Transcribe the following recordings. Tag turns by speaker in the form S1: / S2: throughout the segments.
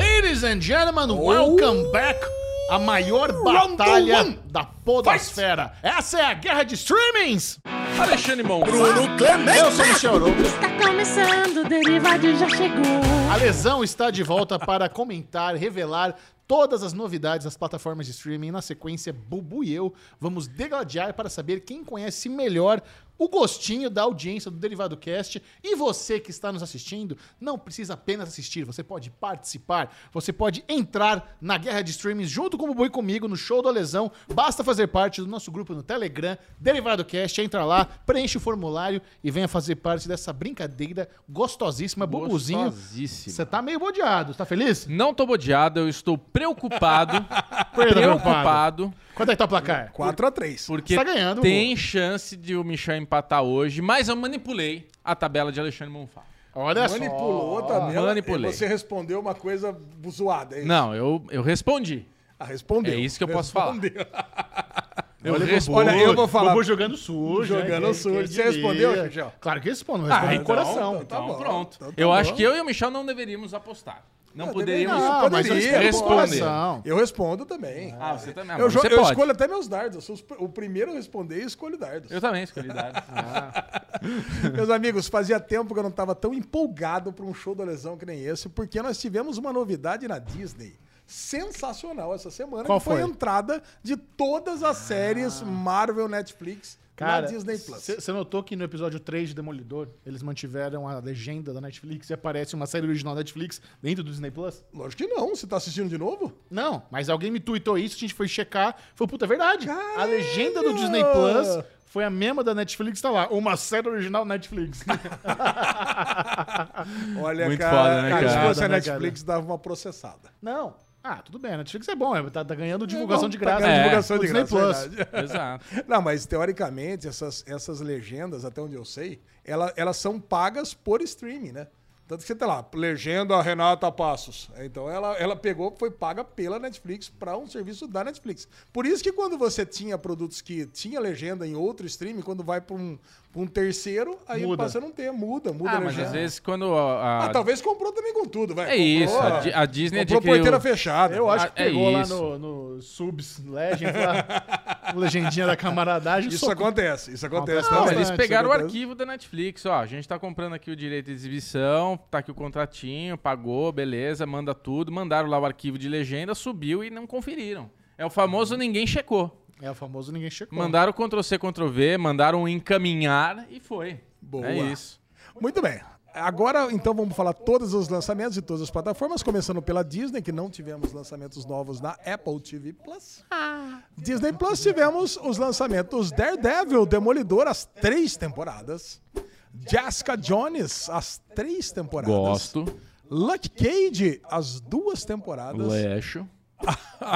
S1: Ladies and gentlemen, welcome
S2: Oh.
S1: back à maior batalha da podosfera. Essa é a guerra de streamings.
S2: Alexandre Mons.
S3: Bruno Clemente.
S1: Eu sou Michel Arouca.
S4: Está Tá começando, o Derivado já chegou.
S1: A lesão está de volta para comentar, revelar todas as novidades das plataformas de streaming. Na sequência, Bubu e eu vamos degladiar para saber quem conhece melhor o gostinho da audiência do Derivado Cast. E você que está nos assistindo, não precisa apenas assistir, você pode participar, você pode entrar na guerra de streamings junto com o Bubu e comigo no show da lesão. Basta fazer parte do nosso grupo no Telegram, Derivado Cast, entra lá, preenche o formulário e venha fazer parte dessa brincadeira gostosíssima. Bubuzinho,
S2: Gostosíssimo.
S1: você tá meio bodeado, tá feliz?
S2: Não tô bodeado, eu estou preocupado.
S1: Preocupado.
S2: preocupado.
S1: Quanto é que tá o placar?
S3: 4x3.
S2: Porque
S1: Tá ganhando,
S2: tem chance de o Michel empatar hoje, mas eu manipulei a tabela de Alexandre Monfá.
S1: Olha só.
S3: Manipulou a tabela
S2: Manipulei.
S3: e você respondeu uma coisa zoada. hein?
S2: Não, eu, eu respondi.
S3: Ah, respondeu.
S2: É isso que eu posso falar.
S3: Respondeu.
S2: Eu
S1: Olha,
S2: respondi.
S1: Bubu.
S3: Olha, eu vou falar.
S1: Bubu jogando sujo.
S3: Jogando
S1: né?
S3: sujo.
S1: Quem
S3: Você
S1: diria?
S3: respondeu, Xuxa?
S1: Claro que respondo. Respondo
S2: Ah,
S1: com
S2: então,
S1: o coração.
S3: então
S2: Então,
S3: bom.
S2: pronto.
S3: Então tá
S2: eu
S3: bom.
S2: acho que eu e o Michel não deveríamos apostar. Não poderíamos.
S3: deveria não.
S1: Ah, mas eu
S3: poderia
S1: respondo com o
S2: responder.
S1: coração.
S3: Eu respondo também.
S2: Ah, você também.
S3: eu,
S2: amor,
S3: jo-
S2: você
S3: eu
S2: pode.
S3: escolho até meus dardos. Eu sou os pr- o primeiro a responder e escolho dardos.
S2: Eu também escolhi dados.
S3: Meus amigos, fazia tempo que eu não estava tão empolgado para um show da lesão que nem esse, porque nós tivemos uma novidade na Disney sensacional essa semana,
S1: Qual
S3: que foi? a
S1: foi? Ah.
S3: entrada de todas as séries Marvel Netflix
S1: Cara,
S3: na Disney Plus.
S1: você notou que no episódio 3 de Demolidor, eles mantiveram a legenda da Netflix e aparece uma série original da Netflix dentro do Disney Plus?
S3: Lógico que não, você tá assistindo de novo?
S1: Não, mas alguém me tweetou isso, a gente foi checar. Foi puta, é verdade. A
S3: Caralho!
S1: legenda do Disney Plus foi a mesma da Netflix, tá lá. Uma série original Netflix.
S3: Olha,
S2: Muito
S3: cara,
S2: foda, né,
S3: cara, se
S2: cara?
S3: fosse a
S1: Foda, né,
S3: Netflix, dava uma processada.
S1: Não. Ah, tudo bem, a Netflix é bom, é- tá, tá ganhando divulgação
S3: Não,
S1: de graça.
S3: Tá ganhando
S2: É.
S3: divulgação
S1: O
S3: de
S1: Disney
S3: graça,
S1: Plus.
S3: é verdade.
S2: Exato.
S3: Não, mas teoricamente, essas, essas legendas, até onde eu sei, ela- elas são pagas por streaming, né? Tanto que você tá lá, legenda Renata Passos. Então ela, ela pegou, foi paga pela Netflix para um serviço da Netflix. Por isso que quando você tinha produtos que tinha legenda em outro streaming, quando vai para um, pra um terceiro, aí
S1: Muda.
S3: passa a não ter, muda, muda
S2: Ah,
S3: a
S2: mas
S3: legenda.
S2: às vezes quando a, a-
S3: Ah, talvez comprou também com tudo, vai.
S2: É isso,
S3: Comprou,
S2: a Di- a Disney é
S3: comprou
S2: adquiriu-
S3: porteira fechada.
S1: Eu acho que
S2: Ah, é
S1: pegou lá
S2: isso.
S1: no, no Subs Legend, lá, legendinha da camaradagem.
S3: Isso
S1: socou.
S3: acontece, isso acontece.
S1: Não,
S2: Não,
S1: Bastante,
S2: eles
S1: isso
S2: pegaram o
S3: acontece.
S2: arquivo da Netflix, ó. A gente tá comprando aqui o direito de exibição, tá aqui o contratinho, pagou, beleza, manda tudo. Mandaram lá o arquivo de legenda, subiu e não conferiram. É o famoso ninguém checou.
S1: É o famoso ninguém checou.
S2: Mandaram Ctrl C, Ctrl V, mandaram um encaminhar e foi.
S3: Boa.
S2: É isso.
S3: Muito bem. Agora, então, vamos falar todos os lançamentos de todas as plataformas, começando pela Disney, que não tivemos lançamentos novos na Apple TV Plus. Disney Plus tivemos os lançamentos Daredevil, Demolidor, as três temporadas. Jessica Jones, as três temporadas.
S2: Gosto.
S3: Luck Cage, as duas temporadas.
S2: Lecho.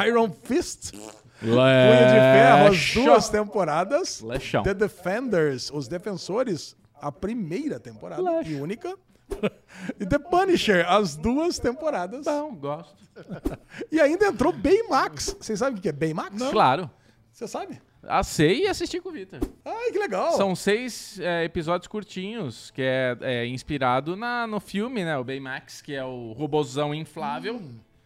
S3: Iron Fist, Punho de Ferro, as
S2: Lecho.
S3: duas temporadas.
S2: Lechão.
S3: The Defenders, Os Defensores, a primeira temporada e única. E The Punisher, as duas temporadas.
S2: Não, gosto.
S3: E ainda entrou Baymax. Vocês sabem o que é Baymax?
S2: Claro.
S3: Você sabe?
S2: Acei e assisti com o Victor.
S3: Ai, que legal.
S2: São seis é, episódios curtinhos, que é, é inspirado na, no filme, né? O Baymax, que é o robozão inflável.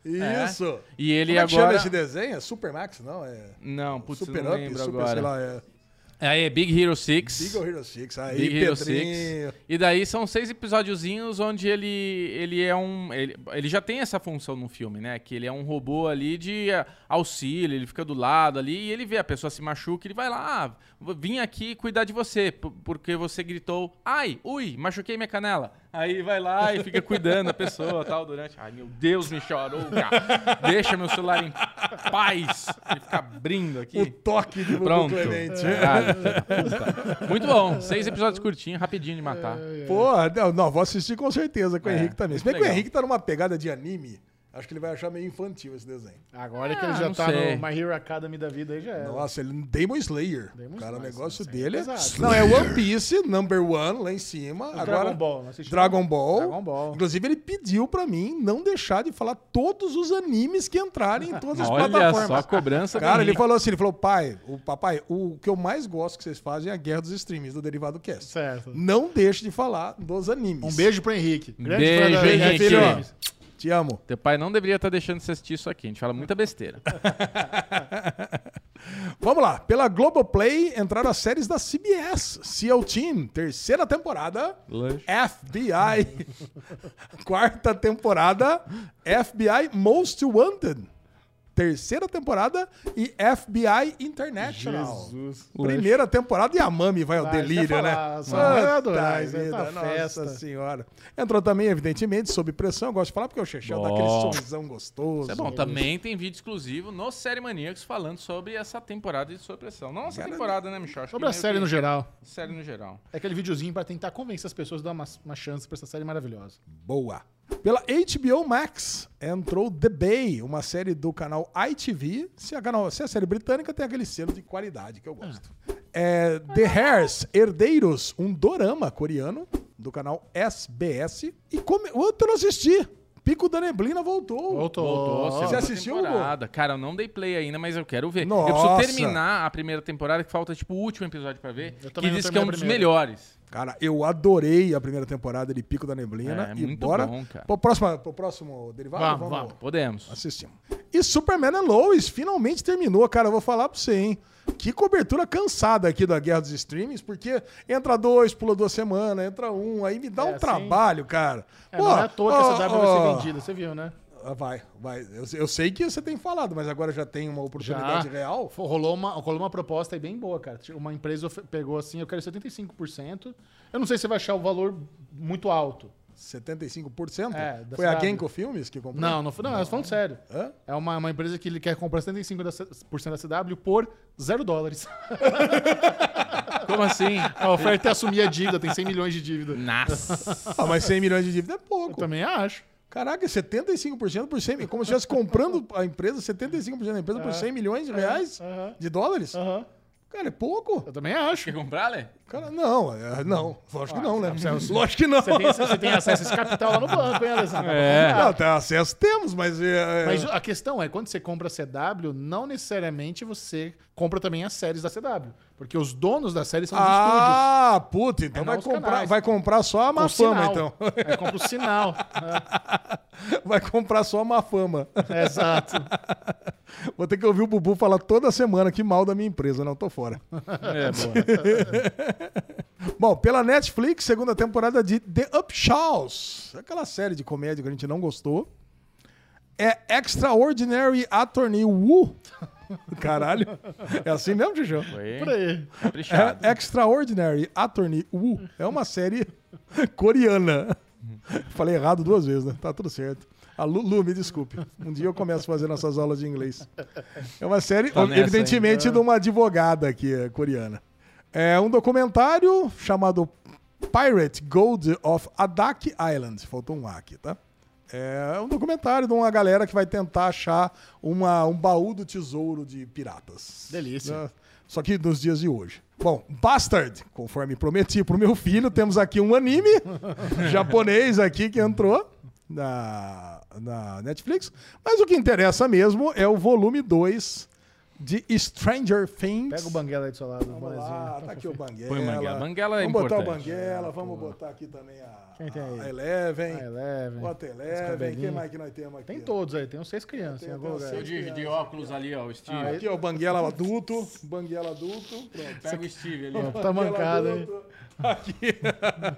S3: Isso.
S2: É. E ele
S3: Hum. Como é que chama
S2: agora...
S3: esse desenho? É Supermax, não? É
S2: Não, putz,
S3: Super
S2: não
S3: Up?
S2: lembro
S3: Super, sei
S2: agora.
S3: lá, é
S2: É Big Hero 6.
S3: Big Hero Six. Aí,
S2: Big Hero
S3: Pedrinho.
S2: 6. E daí são seis episódiozinhos onde ele, ele é um. Ele, ele já tem essa função no filme, né? Que ele é um robô ali de ah, auxílio, ele fica do lado ali e ele vê a pessoa se machuca, ele vai lá, ah, vim aqui cuidar de você, p- porque você gritou, ai, ui, machuquei minha canela. Aí vai lá e fica cuidando da pessoa tal, durante. Ai meu Deus, me chorou, cara. Deixa meu celular em paz. Ele fica abrindo aqui.
S3: O toque de
S2: Pronto.
S3: Pronto.
S2: É.
S3: Clemente.
S2: Ah, puta. Muito bom. Seis episódios curtinhos, rapidinho de matar.
S1: É,
S3: Porra, não, não, vou assistir com certeza com o
S2: É,
S3: Henrique também. Se bem que
S2: muito
S3: o
S2: legal.
S3: Henrique tá numa pegada de anime, acho que ele vai achar meio infantil esse desenho.
S1: Agora que
S2: Ah,
S1: ele já
S2: não
S1: tá
S2: sei.
S1: no My Hero Academy da vida, aí já era.
S3: Nossa, ele Demon Slayer.
S1: É. Demon
S3: cara, o
S1: Slayer,
S3: negócio
S1: sim,
S3: dele é.
S1: pesado.
S3: Não, é One Piece, number one, lá em cima.
S1: O
S3: Agora,
S1: Dragon Ball, não assisti.
S3: Dragon Ball.
S1: Dragon Ball.
S3: Inclusive, ele pediu pra mim não deixar de falar todos os animes que entrarem em todas as
S2: Olha
S3: plataformas.
S2: só a cobrança
S3: Cara,
S2: do
S3: ele
S2: Henrique.
S3: falou assim, ele falou, pai, o papai, o que eu mais gosto que vocês fazem é a guerra dos streams do Derivado Cast.
S1: Certo.
S3: Não deixe de falar dos animes.
S1: Um beijo pro Henrique.
S2: Beijo,
S1: da-
S2: Henrique.
S1: filho.
S3: Te amo.
S2: Teu pai não deveria estar deixando você assistir isso aqui. A gente fala muita besteira.
S3: Vamos lá. Pela Globoplay entraram as séries da CBS. SEAL Team, terceira temporada. FBI. Quarta temporada. FBI Most Wanted. Terceira temporada e FBI International.
S1: Jesus.
S3: Primeira temporada e a Mami vai ao
S1: Ah, isso eu
S3: delírio,
S1: ia
S3: né?
S1: falar, só
S3: Puta
S1: vai adorar, isso é
S3: vida,
S1: uma
S3: nossa
S1: festa.
S3: senhora. Entrou também, evidentemente, sob pressão. Eu gosto de falar porque é o Chechel dá aquele
S2: Bom.
S3: sorrisão gostoso.
S2: Isso é bom.
S1: tá
S2: Também tem vídeo exclusivo no Série Maníacos falando sobre essa temporada de Sob Pressão. Não essa temporada, né, Michel? Acho
S1: Sobre a
S2: que meio
S1: série
S2: que-
S1: no geral.
S2: Série no geral.
S1: É aquele videozinho pra tentar convencer as pessoas a dar uma, uma chance pra essa série maravilhosa.
S3: Boa. Pela HBO Max entrou The Bay, uma série do canal ITV. Se a, canal- se a série britânica tem aquele selo de qualidade que eu gosto. É, The Hairs, Herdeiros, um dorama coreano do canal SBS. E come... outro eu não assisti. Pico da Neblina voltou.
S1: Voltou.
S2: Voltou,
S3: Você
S2: segunda
S3: assistiu, Hugo?
S2: temporada. Cara, eu não dei play ainda, mas eu quero ver. Eu
S3: Nossa.
S2: preciso terminar a primeira temporada, que falta, tipo, o último episódio pra ver.
S1: Eu
S2: Que
S1: também não
S2: diz que é
S1: terminei
S2: um
S1: a
S2: dos
S1: primeira.
S2: melhores.
S3: Cara, eu adorei a primeira temporada de Pico da Neblina.
S2: É,
S3: e
S2: muito
S3: bora
S2: bom, cara.
S3: Pro, próxima, pro próximo derivado?
S1: Vamos, vamos.
S2: Podemos.
S3: Assistimos. E Superman and Lois finalmente terminou, cara. Eu vou falar pra você, hein? Que cobertura cansada aqui da Guerra dos Streamings, porque entra dois, pula duas semanas, entra um, aí me dá um
S1: assim-
S3: trabalho, cara.
S1: É, não é à toa que essa
S3: ó,
S1: W vai
S3: ó,
S1: ser vendida, você viu, né?
S3: ah, Vai, vai. Eu, eu sei que você tem falado, mas agora já tem uma oportunidade real.
S1: Fo- Rolou uma, rolou uma proposta aí bem boa, cara. Tipo, Uma empresa ofe- pegou assim, eu quero 75%. Eu não sei se você vai achar o valor muito alto.
S3: 75%?
S1: É, da
S3: Foi a
S1: cidade.
S3: Genko Filmes que comprou?
S1: Não, não, foi- não, eu tô falando sério.
S3: Hã?
S1: É uma, uma empresa que ele quer comprar 75% da, C- por cento da CW por zero dólares.
S2: Como assim?
S1: A oferta é assumir a dívida, tem 100 milhões de dívida.
S2: Nossa.
S3: Ah, mas 100 milhões de dívida é
S1: Eu
S3: pouco.
S1: também acho.
S3: Caraca, 75% por 100 Como se estivesse comprando a empresa, 75% da empresa por 100 milhões de reais?
S1: É. aham.
S3: De dólares? Cara, é pouco.
S1: Eu também acho.
S2: Quer comprar, Lê?
S3: Cara, não, é- não. Lógico que não, né? Lógico que não.
S1: Você Ah, tem, você tem acesso a esse capital lá no banco, hein, Alessandro?
S2: É.
S3: Não, tá, acesso temos, mas. é, é,
S1: Mas a questão é, quando você compra a CW, não necessariamente você compra também as séries da CW. Porque os donos das séries são os estúdios.
S3: é, ah, puta, então
S1: É, não
S3: vai,
S1: os
S3: comprar,
S1: canais.
S3: vai comprar só a má
S1: Com
S3: fama,
S1: sinal.
S3: então.
S1: Aí é, compra o sinal.
S3: Vai comprar só a má fama.
S1: É, exato.
S3: Vou ter que ouvir o Bubu falar toda semana que mal da minha empresa, não, tô fora.
S2: É, boa.
S3: Bom, pela Netflix, segunda temporada de The Upshaws. Aquela série de comédia que a gente não gostou. É Extraordinary Attorney Woo. Caralho. É assim mesmo, Tijão?
S2: Foi
S1: Por aí.
S2: caprichado.
S3: É Extraordinary Attorney Woo. É uma série coreana. Falei errado duas vezes, né? Tá tudo certo. A Lu, Lu, me desculpe. Um dia eu começo fazendo essas aulas de inglês. É uma série,
S2: Tá nessa
S3: evidentemente, de uma advogada aqui, é, coreana. É um documentário chamado Pirate Gold of Adak Island. Faltou um A aqui, tá? É um documentário de uma galera que vai tentar achar uma, um baú do tesouro de piratas.
S1: Delícia.
S3: Né? Só que nos dias de hoje. Bom, Bastard, conforme prometi pro meu filho, temos aqui um anime japonês aqui que entrou na, na Netflix. Mas o que interessa mesmo é o volume 2 de Stranger Things.
S1: Pega o Banguela aí do seu lado.
S3: Vamos
S1: bonezinho.
S3: lá, tá aqui o Banguela.
S2: Põe o Banguela. Banguela é
S3: Vamos botar o
S2: importante.
S3: Banguela, vamos botar aqui também a,
S1: Quem tem aí?
S3: a Eleven.
S1: Ah, Eleven.
S3: Bota a
S1: Os
S3: Eleven.
S1: cabelinhos.
S3: Quem mais que nós temos aqui?
S1: Tem todos aí, tem uns seis crianças é. em algum
S3: tem
S1: lugar.
S3: seis.
S2: de, de óculos ali, ó, o Steve.
S3: Aqui, ó, o Banguela adulto. Banguela adulto. Pronto.
S2: Pega o Steve ali, ó.
S1: Tá mancado,
S3: Banguela
S1: hein?
S3: adulto. Aqui.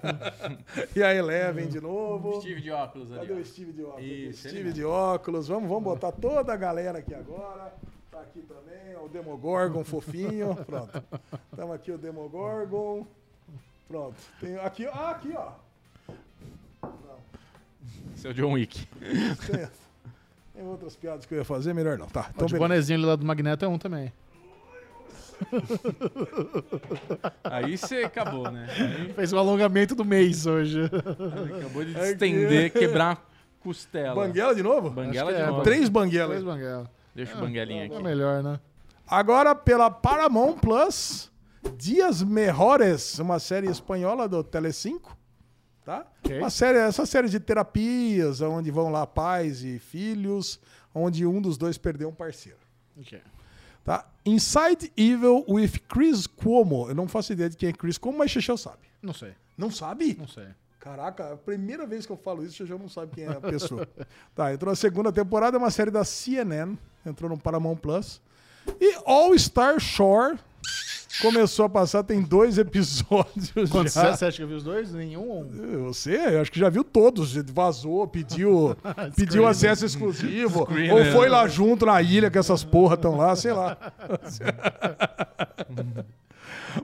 S3: e a Eleven de novo.
S2: Steve de óculos ali.
S3: Cadê
S2: ó.
S3: o Steve de óculos?
S2: Isso, ele
S3: Steve
S2: mesmo.
S3: de óculos. Vamos, vamos botar toda a galera aqui agora. Tá aqui também ó, o Demogorgon fofinho. Pronto. Tamo aqui o Demogorgon. Pronto. Tem aqui, ó, ah, aqui, ó.
S2: Seu John Wick.
S3: Tem, tem outras piadas que eu ia fazer, melhor não. Tá. Então,
S1: o de
S3: beleza.
S1: bonezinho ali lá do Magneto é um também.
S2: Aí você acabou, né? Aí
S1: Fez o alongamento do mês hoje.
S2: acabou de estender, quebrar uma costela.
S3: Banguela de novo?
S2: Banguela
S1: Acho que
S2: de
S1: é,
S2: novo.
S3: Três Ah, Banguelas.
S1: Fez Banguela.
S2: Deixa o Banguelinha
S1: É
S2: aqui.
S1: melhor, né?
S3: Agora pela Paramount Plus, Dias Mejores, uma série espanhola do Telecinco, tá?
S1: Ok.
S3: Uma série, essa série de terapias, onde vão lá pais e filhos, onde um dos dois perdeu um parceiro, tá? Inside Evil with Chris Cuomo. Eu não faço ideia de quem é Chris Cuomo, mas Xixel sabe.
S1: Não sei,
S3: Não sabe?
S1: não sei.
S3: Caraca, a primeira vez que eu falo isso, você já não sabe quem é a pessoa. tá, entrou na segunda temporada, é uma série da CNN, entrou no Paramount Plus. E All Star Shore começou a passar, tem dois episódios
S1: Quantos
S3: já.
S1: você acha que eu vi os dois? Nenhum ou um?
S3: Você, eu acho que já viu todos, vazou, pediu, pediu acesso exclusivo, ou foi lá junto na ilha que essas porra estão lá, sei lá.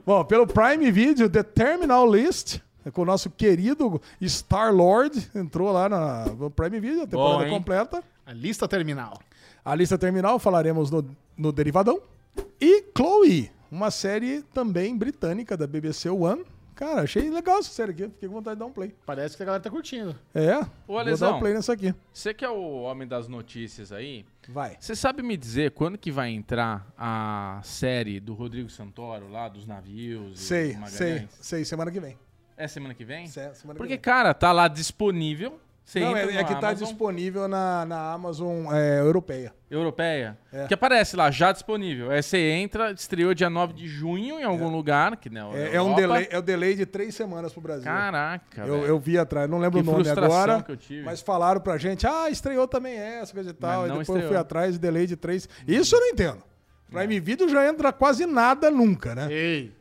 S3: Bom, pelo Prime Video, The Terminal List, com o nosso querido Star-Lord, entrou lá na no Prime Video, a temporada
S2: hein?
S3: completa.
S1: A lista terminal.
S3: A lista terminal falaremos no, no Derivadão. E Chloe, uma série também britânica da BBC One. Cara, achei legal essa série aqui, fiquei com vontade de dar um play.
S1: Parece que a galera tá curtindo.
S3: É. Vou dar
S2: Alesão.
S3: um play nessa aqui.
S2: Você que é o homem das notícias aí,
S3: Vai.
S2: você sabe me dizer quando que vai entrar a série do Rodrigo Santoro lá, dos navios? e
S3: Sei,
S2: do
S3: sei,
S2: Magalhães?
S3: sei. Semana que vem.
S2: É semana que vem?
S3: Se- Semana
S2: Porque,
S3: que vem.
S2: cara, tá lá disponível. Você
S3: Não,
S2: entra
S3: é, é
S2: no
S3: que tá
S2: Amazon
S3: disponível na, na Amazon é, europeia.
S2: europeia.
S3: É.
S2: Que aparece lá, já disponível. Aí você entra, estreou dia 9 de junho em algum lugar, que não
S3: É, é um delay, é o delay de três semanas pro Brasil.
S2: Caraca,
S3: eu,
S2: velho.
S3: eu vi atrás, não lembro
S2: Que
S3: o nome
S2: frustração
S3: agora.
S2: que eu tive.
S3: Mas falaram pra gente, ah, estreou também essa, coisa e tal.
S2: não
S3: E depois eu
S2: estreou.
S3: fui atrás e delay de três. Isso eu não entendo. Prime Video já entra quase nada nunca, né?
S1: Ei.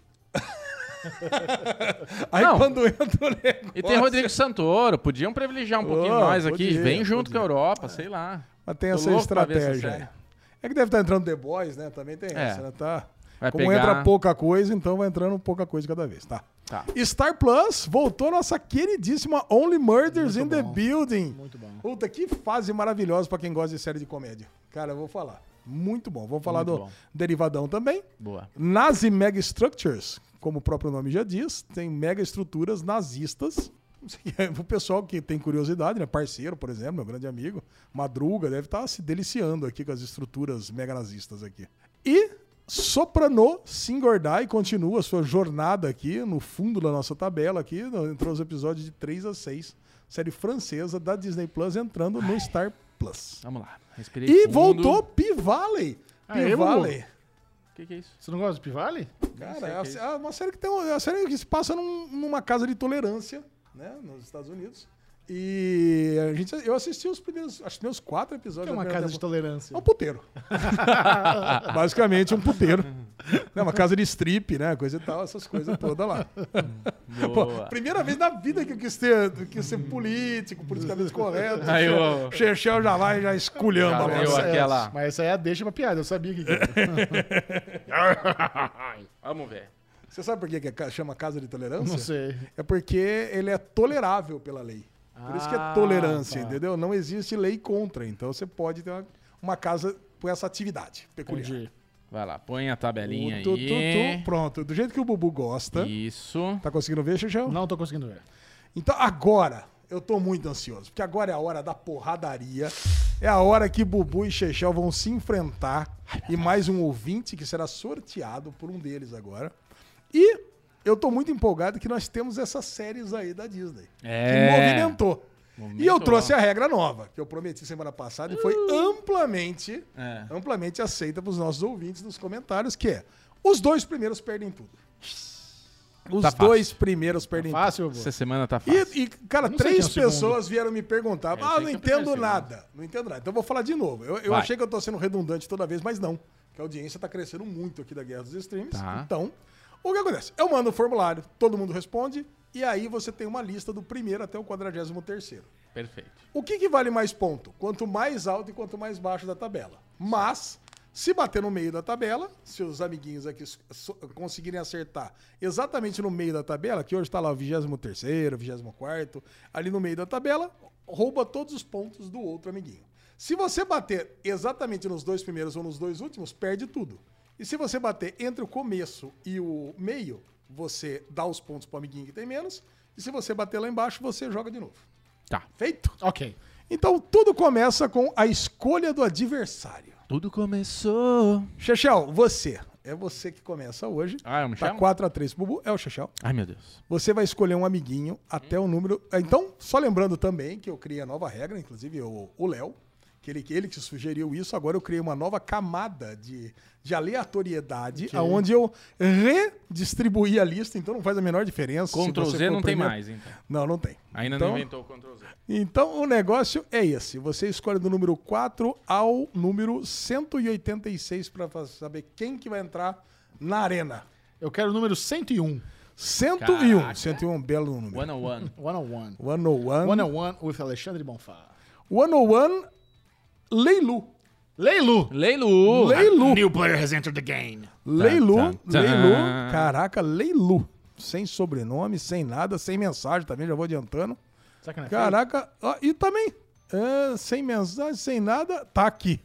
S3: Aí
S2: Não.
S3: quando entra o negócio...
S2: E tem Rodrigo Santoro, podiam privilegiar um pouquinho
S3: Ô,
S2: nós aqui.
S3: podia,
S2: Vem junto
S3: podia.
S2: com
S3: É.
S2: a Europa, sei lá.
S3: Mas tem
S2: Tô
S3: essa
S2: louco pra ver essa
S3: estratégia. aí.
S2: série. É.
S3: é que deve estar entrando The Boys, né? Também tem essa, né? Tá.
S2: Vai
S3: Como
S2: pegar-
S3: entra pouca coisa, então vai entrando pouca coisa cada vez, tá?
S2: Tá.
S3: Star Plus voltou nossa queridíssima Only Murders in the Building.
S1: Muito bom.
S3: Puta, que fase maravilhosa pra quem gosta de série de comédia. Cara, eu vou falar. Muito bom. Vou falar
S2: Muito
S3: do
S2: bom.
S3: Derivadão também.
S2: Boa.
S3: Nazi Mega Structures, como o próprio nome já diz, tem mega estruturas nazistas. O pessoal que tem curiosidade, né? Parceiro, por exemplo, meu grande amigo, Madruga, deve estar se deliciando aqui com as estruturas mega nazistas aqui. E Soprano Singordai continua a sua jornada aqui no fundo da nossa tabela aqui, no- entre os episódios de 3 a 6, série francesa da Disney Plus entrando no Star Plus.
S2: Vamos lá. Respirei
S3: E
S2: fundo.
S3: voltou P-Valley.
S1: Aê,
S3: P-Valley.
S2: O que, que é isso?
S1: Você não gosta de Pivale?
S3: Cara, é, uma- é uma série que tem uma, é uma série que se passa num- numa casa de tolerância, né, nos Estados Unidos. E a gente, eu assisti os primeiros, acho que meus quatro episódios.
S1: É uma
S3: da
S1: casa
S3: primeira
S1: de
S3: temporada.
S1: tolerância.
S3: É um puteiro. Basicamente um puteiro. É uma casa de strip, né, coisa e tal, essas coisas todas lá. Pô,
S2: Boa.
S3: primeira vez na vida que eu quis, ter, quis ser político, politicamente correto.
S2: Aí eu...
S3: Chechel já vai e já esculhamba.
S2: Cara,
S3: lá.
S2: eu-
S1: é,
S2: aquela-
S1: Mas essa aí é a deixa pra piada, eu sabia que.
S2: Vamos ver.
S3: Você sabe por que que é ca- chama casa de tolerância?
S1: não sei.
S3: É porque ele é tolerável pela lei. Por isso que é
S2: Ah,
S3: tolerância,
S1: tá.
S3: entendeu? Não existe lei contra. Então você pode ter uma, uma casa com essa atividade peculiar.
S1: Entendi.
S2: Vai lá, põe a tabelinha
S3: O tu, tu,
S2: aí.
S3: tu, pronto. Do jeito que o Bubu gosta.
S2: Isso.
S3: Tá conseguindo ver, Xixão?
S1: Não tô conseguindo ver.
S3: Então agora, eu tô muito ansioso, porque agora é a hora da porradaria. É a hora que Bubu e Chechel vão se enfrentar e mais um ouvinte que será sorteado por um deles agora. E eu tô muito empolgado que nós temos essas séries aí da Disney.
S2: É.
S3: Que movimentou.
S2: Movimentou. Uh.
S3: E eu trouxe a regra nova, que eu prometi semana passada e foi amplamente,
S2: É.
S3: amplamente aceita pros nossos ouvintes nos comentários, que é os dois primeiros perdem tudo. Os
S2: Tá fácil.
S3: dois primeiros perdem tudo.
S1: Fácil,
S2: Essa
S1: Bobo.
S2: semana tá fácil.
S3: E, e, cara,
S1: Não sei
S3: três
S1: quem é o
S3: pessoas vieram me perguntar.
S2: sei que
S3: ah, não
S2: é o primeiro
S3: entendo
S2: segundo.
S3: nada. Não entendo nada. Então eu vou falar de novo. Eu, eu
S2: Vai.
S3: achei que eu tô sendo redundante toda vez, mas não. Que a audiência tá crescendo muito aqui da Guerra dos Streams.
S2: Tá.
S3: Então, o que acontece? Eu mando o formulário, todo mundo responde, e aí você tem uma lista do primeiro até o quadragésimo terceiro.
S2: Perfeito.
S3: O que, que vale mais ponto? Quanto mais alto e quanto mais baixo da tabela. Mas, se bater no meio da tabela, se os amiguinhos aqui so- conseguirem acertar exatamente no meio da tabela, que hoje está lá o 23º, 24 ali no meio da tabela, rouba todos os pontos do outro amiguinho. Se você bater exatamente nos dois primeiros ou nos dois últimos, perde tudo. E se você bater entre o começo e o meio, você dá os pontos para o amiguinho que tem menos. E se você bater lá embaixo, você joga de novo.
S2: Tá.
S3: Feito?
S1: Ok.
S3: Então tudo começa com a escolha do adversário.
S2: Tudo começou.
S3: Chechel, você. É você que começa hoje.
S2: Ah, eu me
S3: Tá
S2: chamo?
S3: 4x3 Bubu, é o Chechel.
S2: Ai, meu Deus.
S3: Você vai escolher um É, amiguinho até o número. Então, só lembrando também que eu criei a nova regra, inclusive o o Léo, que ele, que ele que sugeriu isso, agora eu criei uma nova camada de, de aleatoriedade, aonde eu redistribuí a lista, então não faz a menor diferença. se
S2: Ctrl
S3: você
S2: Z
S3: for
S2: não tem
S3: primeiro.
S2: mais, então.
S3: Não, não tem.
S2: Ainda
S3: então,
S2: não inventou o Ctrl Z.
S3: Então o negócio é esse. Você escolhe do número 4 ao número 186 para saber quem que vai entrar na arena.
S1: Eu quero o número 101.
S3: 101.
S2: Caraca.
S3: 101 é um belo número.
S2: One oh on one.
S1: 101.
S3: 101.
S1: 101 with Alexandre Bonfá.
S3: 101 Leilu.
S1: Leilu!
S2: Leilu!
S3: Leilu.
S1: New player has entered the game.
S3: Leilu,
S2: Tan, tan,
S3: Leilu,
S2: tan.
S3: caraca, Leilu. Sem sobrenome, sem nada, sem mensagem também, já vou adiantando.
S1: Será que não é feio?
S3: Caraca, ó, e também, é, sem mensagem, sem nada, tá aqui.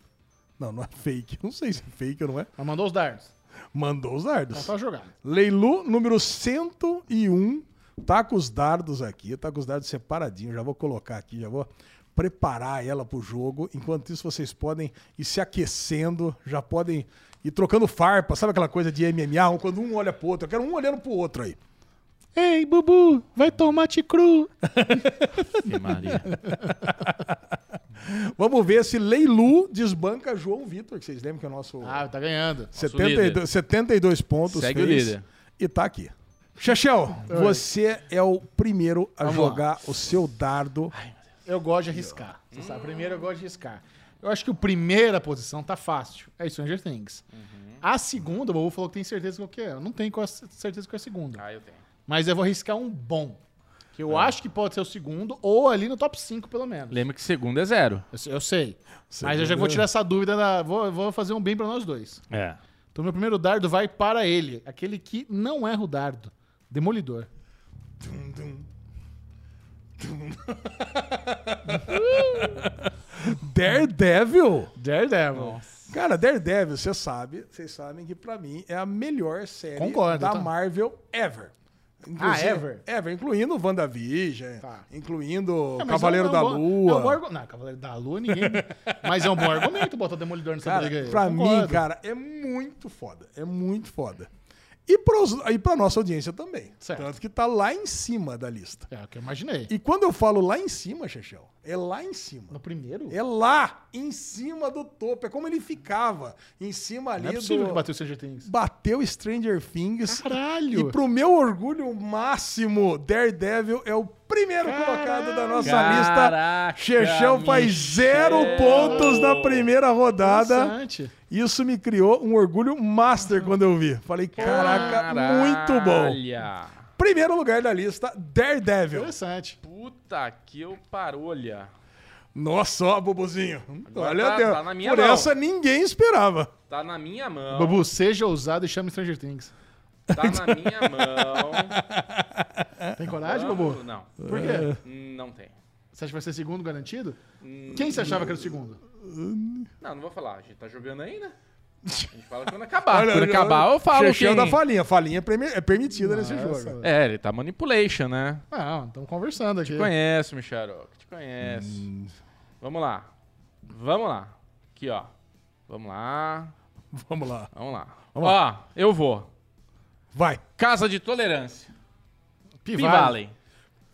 S3: Não, não é fake. Não sei se é fake ou não é.
S1: Mas mandou os dardos.
S3: Mandou os
S1: Então
S3: dardos.
S1: tá jogado.
S3: Leilu, número 101. Tá com os dardos aqui, tá com os dardos separadinho. Já vou colocar aqui, já vou preparar ela pro jogo. Enquanto isso, vocês podem ir se aquecendo, já podem ir trocando farpa. Sabe aquela coisa de MMA, quando um olha pro outro? Eu quero um olhando pro outro aí.
S1: Ei, Bubu, vai tomar te cru.
S2: Ave Maria.
S3: Vamos ver se Leilu desbanca João Vitor, que vocês lembram que é o nosso
S1: Ah, tá ganhando.
S3: 72, 72 pontos.
S2: Segue o
S3: fez
S2: líder.
S3: E tá aqui. Chechel, você é o primeiro a
S2: lá.
S3: jogar o seu dardo.
S1: Eu gosto de arriscar. Você sabe, primeiro eu gosto de arriscar. Eu acho que a primeira posição tá fácil. É Stranger Things. A segunda, o Bobo falou que tem certeza qual que é. Eu não tenho qual- certeza qual é a segunda.
S2: Ah, eu tenho.
S1: Mas eu vou arriscar um bom. Que eu acho que pode ser o segundo, ou ali no top 5, pelo menos.
S2: Lembra que segundo é zero.
S1: Eu, sei- eu sei.
S3: Você
S1: mas eu já
S3: entendeu?
S1: vou tirar essa dúvida. Da, vou, vou fazer um bem pra nós dois.
S2: É.
S1: Então, meu primeiro dardo vai para ele. Aquele que não erra o dardo. Demolidor.
S3: Dum, dum. Dum. Daredevil?
S1: Daredevil.
S3: Cara, Daredevil, você sabe, vocês sabem que pra mim é a melhor série
S1: Concordo,
S3: da
S1: tá.
S3: Marvel ever. Inclusive-
S1: ever?
S3: Ever, incluindo WandaVision,
S1: Tá.
S3: incluindo
S1: É, mas
S3: Cavaleiro
S1: é um
S3: da
S1: bom-
S3: Lua.
S1: é um bom argu- não, Cavaleiro da Lua ninguém. mas é um bom argumento botar Demolidor nessa
S3: Cara,
S1: briga aí.
S3: pra
S1: Eu
S3: mim,
S1: concordo.
S3: cara, é muito foda. É muito foda. E, pros, e pra nossa audiência também.
S1: Certo.
S3: Tanto que tá lá em cima da lista.
S1: É o que eu imaginei.
S3: E quando eu falo lá em cima, Chechel, é lá em cima.
S1: No primeiro?
S3: É lá em cima do topo. É como ele ficava. Em cima ali
S1: Não é possível
S3: do.
S1: que bateu o Stranger Things.
S3: Bateu Stranger Things.
S1: Caralho!
S3: E pro meu orgulho máximo, Daredevil é o primeiro colocado da nossa
S2: Caraca,
S3: lista. Chechel faz zero
S2: Michel!
S3: pontos na primeira rodada.
S1: Interessante.
S3: Isso me criou um orgulho master quando eu vi. Falei, caraca, muito bom.
S2: Caralha.
S3: Primeiro lugar da lista, Daredevil.
S1: Interessante.
S2: Puta que eu parolha.
S3: Nossa, ó, Bubuzinho.
S2: Agora
S3: Olha,
S2: tá-
S3: Deus.
S2: tá na minha
S3: Por
S2: mão.
S3: essa ninguém esperava.
S2: Tá na minha mão.
S1: Babu, seja ousado e chame Stranger Things.
S2: Tá na minha mão.
S3: É.
S1: Tem coragem, Babu?
S2: Não.
S1: Por quê?
S2: Não tem.
S1: Você acha que vai ser segundo garantido?
S2: Hum,
S1: Quem você achava que era o segundo?
S2: Não, não vou falar. A gente tá jogando aí, né? A gente fala quando acabar.
S3: Olha,
S2: quando
S3: olha,
S2: acabar, Ah, eu falo
S3: Chechel
S2: quem...
S3: da falinha. Falinha é premi- é permitida nesse
S1: Nossa.
S3: jogo.
S2: É, ele tá manipulation, né?
S1: Ah, Não, estamos conversando aqui.
S2: Te conheço, Micharoca. Te conheço.
S3: Hum.
S2: Vamos lá. Vamos lá. Aqui, ó. Vamos lá.
S3: Vamos lá.
S2: Vamos lá.
S3: Vamos
S2: ó, eu vou.
S3: Vai.
S2: Casa de Tolerância.
S1: Pivale.
S2: Pivalen.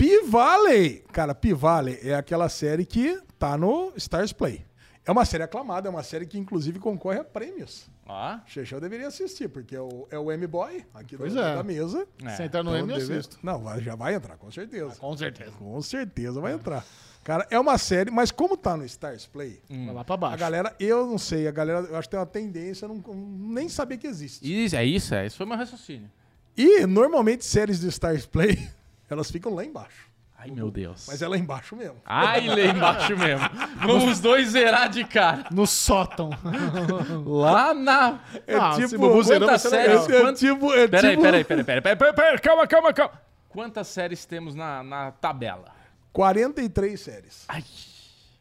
S3: P-Valley. Cara, P-Valley é aquela série que tá no Stars Play. É uma série aclamada, é uma série que inclusive concorre a prêmios.
S2: Ó.
S3: Chechel deveria assistir, porque é o, é o M-Boy aqui do-
S1: Pois é.
S3: da mesa.
S2: É.
S1: Sentar no
S3: Então
S1: M eu
S3: deve-
S1: assisto.
S3: Não, vai- já vai entrar, com certeza.
S1: Com certeza.
S3: Com certeza vai entrar. Cara, é uma série, mas como tá no Stars Play,
S1: Vai lá pra
S3: Hum. a
S1: baixo.
S3: galera, eu não sei, a galera, eu acho que tem uma tendência a não, nem saber que existe.
S2: Isso, é isso, é. Isso foi meu raciocínio.
S3: E normalmente séries do Stars Play, elas ficam lá embaixo.
S2: Ai, meu Deus.
S3: Mas é lá embaixo mesmo.
S2: Ai, lá embaixo mesmo. Vamos dois zerar de cara.
S1: No sótão.
S2: Lá na.
S3: É
S1: Ah, se
S3: tipo,
S1: Bubu zerou,
S2: quantas
S1: vai ser legal.
S2: séries?
S3: É
S2: Quant-
S3: tipo, é
S2: Peraí,
S3: tipo
S2: peraí, peraí, peraí, peraí, peraí, peraí, calma, calma, calma. Quantas séries temos na, na tabela?
S3: 43 séries.
S2: Ai.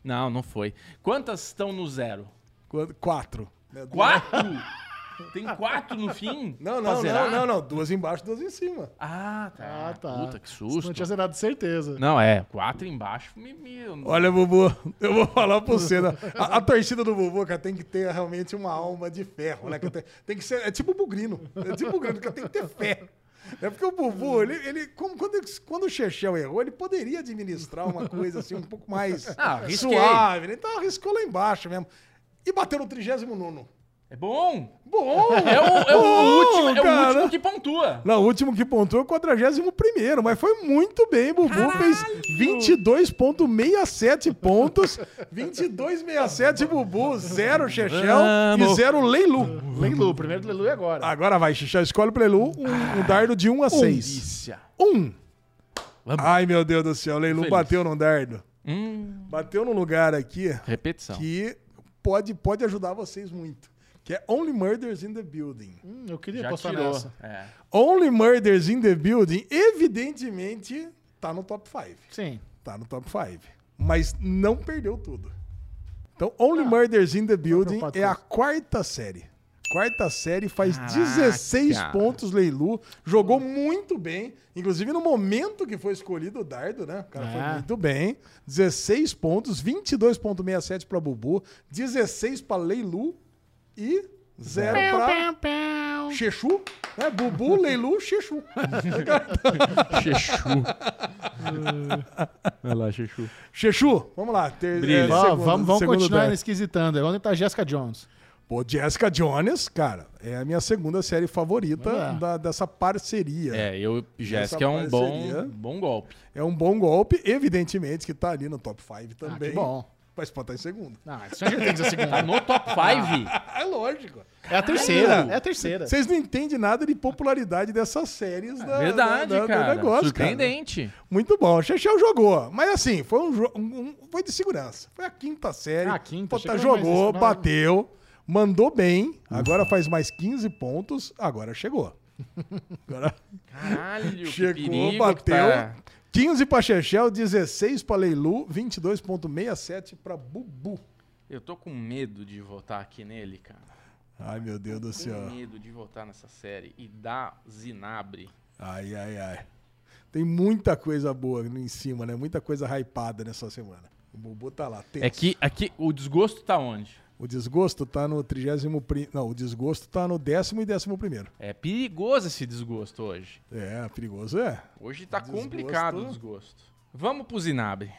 S2: Não, não foi. Quantas estão no zero?
S3: Qu- Quatro. Né, duas-
S2: Quatro? Tem quatro no fim?
S3: Não,
S2: Pra
S3: não, não,
S2: zerar?
S3: não, não. Duas embaixo, duas em cima.
S2: Ah, tá.
S1: Ah, tá.
S2: Puta, que
S1: Não
S2: susto.
S1: tinha zerado, certeza.
S2: Não, é, quatro embaixo me. me- eu não-
S3: Olha, Bubu, eu vou falar pra você. né? A, a torcida do Bubu, cara, tem que ter realmente uma alma de ferro, né? Que tem, tem que ser. É tipo o Bugrino. É tipo o Bugrino, cara, tem que ter fé. É porque o Bubu, ele, ele como, quando, ele- quando o Chechel errou, ele poderia administrar uma coisa assim um pouco mais
S2: Ah, arrisquei.
S3: suave. né? Então arriscou lá embaixo mesmo. E bateu no 39.
S2: É bom!
S3: Bom!
S2: É o, é o
S3: Bom,
S2: último, é o
S3: cara.
S2: último que pontua.
S3: Não, o último que pontuou é o 41, mas foi muito bem. Bubu fez 22,67 pontos. 22,67 Bubu, zero Chechel e
S2: Vamos.
S3: zero Leilu.
S1: Leilu, primeiro do Leilu é agora.
S3: Agora vai, Chechel, escolhe o Leilu, um, um dardo de 1 a 6.
S2: Delícia.
S3: 1.
S2: Vamos.
S3: Ai, meu Deus do céu, Leilu
S2: Feliz.
S3: bateu num dardo.
S2: Hum,
S3: Bateu num lugar aqui
S2: repetição.
S3: que pode, pode ajudar vocês muito. Que é Only Murders in the Building.
S1: Hum, eu queria
S2: Já
S1: apostar
S2: tirou.
S1: nessa.
S2: É.
S3: Only Murders in the Building, evidentemente, tá no top 5.
S1: Sim.
S3: Tá no top 5. Mas não perdeu tudo. Então, Only Murders in the Building
S1: preocupado
S3: é
S1: com
S3: a quarta série. Quarta série faz
S2: Caraca.
S3: 16 pontos, Leilu. Jogou muito bem. Inclusive no momento que foi escolhido o dardo, né? O cara foi
S1: É.
S3: muito bem. 16 pontos, 22,67 pra Bubu, 16 pra Leilu e 0 pra
S4: Pão, pão.
S3: Chechu, né? Bubu, Leilu, Chechu.
S2: Chechu. Vai lá, Chechu.
S3: Chechu, vamos lá. ter-
S2: Brilha.
S3: é,
S1: Ó,
S3: segundo-
S1: vamos vamos
S3: segundo
S1: continuar
S3: lugar.
S1: esquisitando. Onde tá a Jessica Jones?
S3: Pô, Jessica Jones, cara, é a minha segunda série favorita
S1: Vamos lá.
S3: da- dessa parceria. É.
S2: É, eu, Jéssica, é um
S3: parceria.
S2: bom, bom golpe.
S3: um bom golpe, evidentemente, que tá ali no top 5 também.
S1: Ah, que bom.
S3: Mas pode estar em segundo.
S1: Não, isso é certeza
S2: Tá
S1: segunda.
S2: no top 5?
S3: É lógico.
S1: É a terceira. É a terceira.
S3: Vocês não entendem nada de popularidade dessas séries da,
S2: É Verdade,
S3: da- da-
S2: cara.
S3: do é negócio, cara.
S2: Surpreendente.
S3: Muito bom. O Chechel jogou. Mas assim, foi um, jo- um- um- foi de segurança. Foi a quinta série.
S1: Ah, a quinta,
S3: Pô, tá,
S1: achei que era mais
S3: jogou,
S1: isso, não.
S3: bateu, mandou bem.
S2: Uhum.
S3: Agora faz mais 15 pontos. Agora chegou. Agora
S2: Caralho, que perigo
S3: chegou,
S2: que
S3: bateu.
S2: tá.
S3: 15 pra Chechel, 16 pra Leilu, 22,67 pra Bubu.
S2: Eu tô com medo de votar aqui nele, cara.
S3: Ai, meu Deus do
S2: Com
S3: céu.
S2: medo de votar nessa série e dar Zinabre.
S3: Ai, ai, ai. Tem muita coisa boa em cima, né? Muita coisa hypada nessa semana. O Bubu tá lá. tenso.
S2: É que aqui o desgosto tá onde?
S3: O desgosto tá no 31. pri- Não, o desgosto tá no décimo e décimo primeiro.
S2: É perigoso esse desgosto hoje.
S3: É, perigoso é.
S2: Hoje tá
S3: Desgosto.
S2: complicado o desgosto. Vamos pro Zinabre.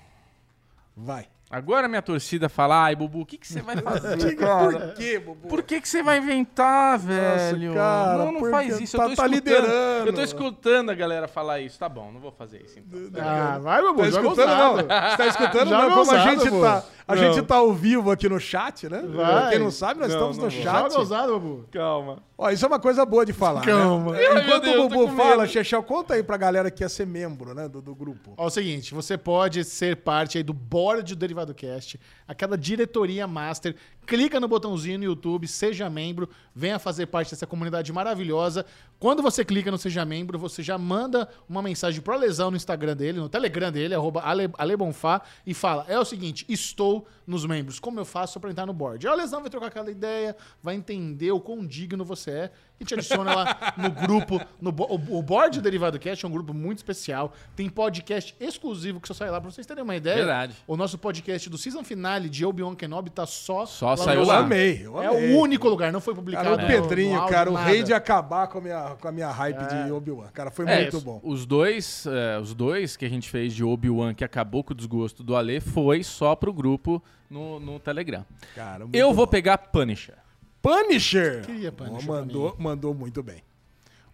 S3: Vai.
S2: Agora minha torcida fala, ai, Bubu, o que que você vai fazer?
S3: Por quê, Bubu?
S2: Por que que você vai inventar, velho?
S3: cara,
S2: não, não
S3: por
S2: faz
S3: que
S2: isso.
S3: tá-
S2: eu tô
S3: tá
S2: escutando.
S3: liderando.
S2: Eu tô escutando a galera falar isso. Tá bom, não vou fazer isso então.
S1: Ah, vai, meu
S3: Tá
S1: amor.
S3: escutando, não? Você tá escutando,
S1: Joga
S3: não? Como a
S1: ousado,
S3: gente
S1: pô.
S3: tá. A
S1: Não.
S3: gente tá ao vivo aqui no chat, né?
S1: Vai.
S3: Quem não sabe, nós estamos no chat.
S1: Joga ousado, Babu.
S2: Calma.
S3: Ó, isso é uma coisa boa de falar.
S1: Calma.
S3: Né?
S2: meu
S3: Enquanto
S2: Deus,
S3: o
S2: eu tô
S3: Bubu
S2: com
S3: fala,
S2: medo.
S3: Chechel, conta aí pra galera que quer ser membro, né? Do, do grupo.
S1: Ó, é o seguinte, você pode ser parte aí do board do Derivado Cast, aquela diretoria master. Clica no botãozinho no YouTube, seja membro, venha fazer parte dessa comunidade maravilhosa. Quando você clica no seja membro, você já manda uma mensagem pro Alesão no Instagram dele, no Telegram dele, arroba Ale- Alebonfá, e fala: "É o seguinte, estou nos membros. Como eu faço para entrar no board?". Aí o Alesão vai trocar aquela ideia, vai entender o quão digno você é e te adiciona lá no grupo, no bo- o o board do Derivado Cast é um grupo muito especial. Tem podcast exclusivo que só sai lá pra vocês terem uma ideia.
S2: Verdade.
S1: O nosso podcast do season finale de Obi-Wan Kenobi tá só
S2: Só
S1: lá
S2: saiu
S1: no-
S3: Eu
S2: lá.
S3: amei, eu
S1: É
S3: amei.
S1: o único lugar, não foi publicado.
S3: Cara, o
S1: no- no
S3: Pedrinho,
S1: áudio,
S3: cara, o
S1: nada.
S3: rei de acabar com a minha, com a minha hype de Obi-Wan. Cara, foi
S2: É,
S3: muito
S2: isso.
S3: bom.
S2: Os dois, é, os dois que a gente fez de Obi-Wan que acabou com o desgosto do Ale foi só pro grupo no, no Telegram.
S3: Cara, muito
S2: Eu vou
S3: bom.
S2: pegar Punisher.
S3: Punisher.
S1: Queria Punisher
S3: Ó, mandou, mandou muito bem.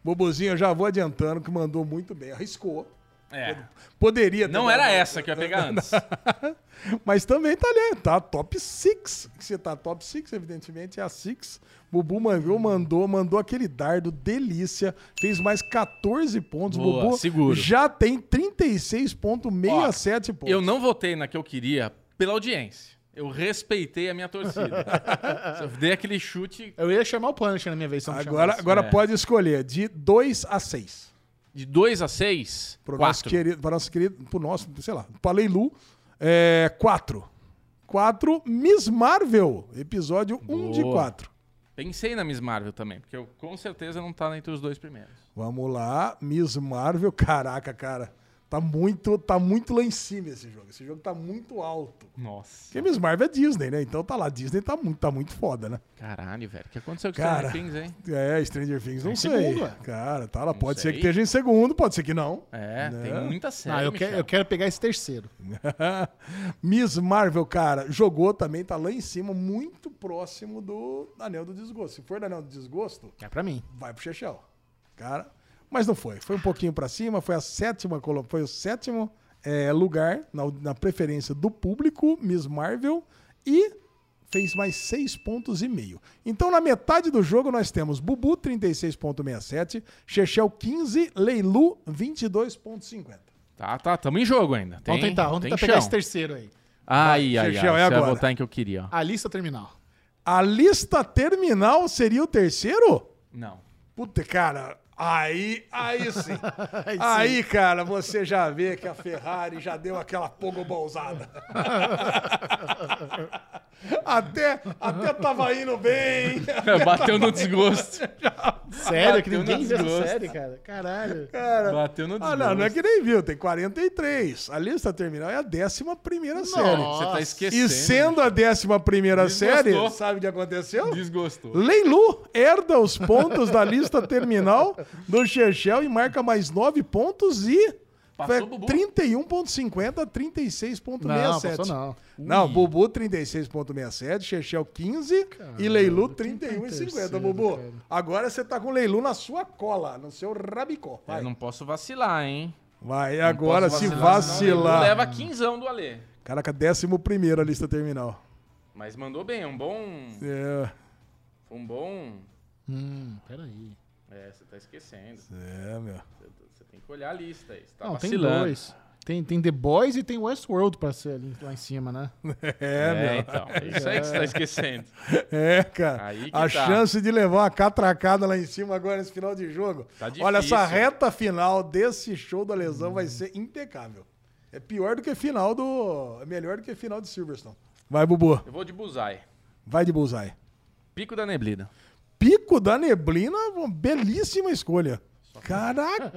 S3: Bobozinho, eu já vou adiantando que mandou muito bem. Arriscou.
S2: É.
S3: Poderia ter
S2: Não era
S3: mandado,
S2: essa que eu ia pegar antes.
S3: Mas também tá ali, tá top 6. Você tá top 6, evidentemente, é a 6. Bubu mandou, mandou, mandou aquele dardo delícia. Fez mais 14 pontos.
S2: Boa,
S3: Bubu
S2: seguro.
S3: já tem 36,67 pontos.
S2: Eu não votei na que eu queria pela audiência. Eu respeitei a minha torcida. Só dei aquele chute
S1: Eu ia chamar o Punisher na minha vez. se não me
S3: Agora,
S1: chamasse.
S3: agora
S2: É.
S3: pode escolher de 2 a 6.
S2: de 2 a 6.
S3: Pro nosso
S2: 4.
S3: querido, para nosso querido, pro nosso, sei lá, pra Leilu, é 4. 4 Miss Marvel, episódio 1 de
S2: Boa.
S3: 4.
S2: Pensei na Miss Marvel também, porque eu com certeza não tá entre os dois primeiros.
S3: Vamos lá, Miss Marvel, caraca, cara. Tá muito, tá muito lá em cima esse jogo. Esse jogo tá muito alto.
S2: Nossa.
S3: Porque Miss Marvel é Disney, né? Então tá lá. Disney tá muito, tá muito foda, né?
S2: Caralho, velho. O que aconteceu com
S3: Cara.
S2: Stranger Things, hein?
S3: É, Stranger
S2: Tá
S3: Things, não
S1: em
S3: sei.
S1: segundo, é.
S3: Cara, tá lá. Pode ser que
S2: sei.
S3: esteja em segundo, pode ser que não.
S2: É, tem
S3: Né?
S2: muita série,
S1: Ah, eu, que-
S2: Michel.
S1: eu quero pegar esse terceiro.
S3: Miss Marvel, cara, jogou também, tá lá em cima, muito próximo do Anel do Desgosto. Se for do Anel do Desgosto,
S1: É pra mim.
S3: vai pro Chechel. Cara, mas não foi. Foi um pouquinho pra cima, foi a sétima, colo- foi o sétimo eh, lugar na, na preferência do público, Miss Marvel, e fez mais seis pontos e meio. Então, na metade do jogo, nós temos Bubu 36.67, Chechel 15, Leilu 22.50.
S2: Tá, tá. Tamo em jogo ainda. Tem,
S1: Vamos tentar, vamos
S2: tem
S1: tentar pegar
S2: chão.
S1: esse terceiro aí.
S2: Ai, ai, ai.
S3: Chechel, é
S2: você vai
S3: agora.
S2: votar em que eu queria, ó.
S1: A lista terminal.
S3: A lista terminal seria o terceiro?
S2: Não.
S3: Puta, cara, aí, aí sim.
S1: Aí sim.
S3: aí, cara, você já vê que a Ferrari já deu aquela pogobolzada. até, até tava indo bem.
S2: Bateu no desgosto.
S3: Ah,
S1: Sério, que
S2: Bateu
S1: ninguém
S2: nas
S1: viu essa
S2: costas.
S1: série, cara. Caralho.
S3: Cara,
S2: Bateu no
S3: ah,
S2: desgosto.
S3: não, não é que nem viu, tem 43. A lista terminal é a 11 primeira série.
S2: Você tá
S1: Nossa.
S2: esquecendo.
S3: E sendo a 11 primeira
S2: Desgostou.
S3: série, sabe o que aconteceu?
S2: Desgostou.
S3: Leilu herda os pontos da lista terminal do Chechel e marca mais 9 pontos e é
S2: Passou
S3: foi
S2: o Bubu?
S3: 31.50 a 36.67.
S1: Não, passou não.
S3: Não, Bubu 36.67, Chechel 15 e Leilu 31.50, Bubu. Agora você tá com Leilu na sua cola, no seu rabicó. Vai,
S2: Eu É, não posso vacilar, hein?
S3: Vai agora
S2: posso
S3: se
S2: vacilar,
S3: vacilar.
S2: Leva quinzão do Alê.
S3: Caraca, 11 a lista terminal.
S2: Mas mandou bem, é um bom.
S3: É,
S2: foi Um bom.
S1: Hum, peraí.
S2: É, você tá esquecendo.
S3: é, meu.
S2: Você- Você tem que olhar a lista aí. Você tá
S1: Não, tem
S2: vacilando.
S1: dois. Tem, tem The Boys e tem Westworld pra ser ali lá em cima, né?
S2: É, então. É isso aí que você tá esquecendo.
S3: É, cara.
S2: Aí que
S3: a
S2: tá.
S3: chance de levar uma catracada lá em cima agora nesse final de jogo.
S2: Tá difícil.
S3: Olha, essa reta final desse show da lesão vai ser impecável. É pior do que final do. É melhor do que final de Silverstone. Vai, Bubu.
S2: Eu vou de Buzai.
S3: Vai de Bullseye.
S2: Pico da neblina.
S3: Pico da Neblina, uma belíssima escolha. Caraca!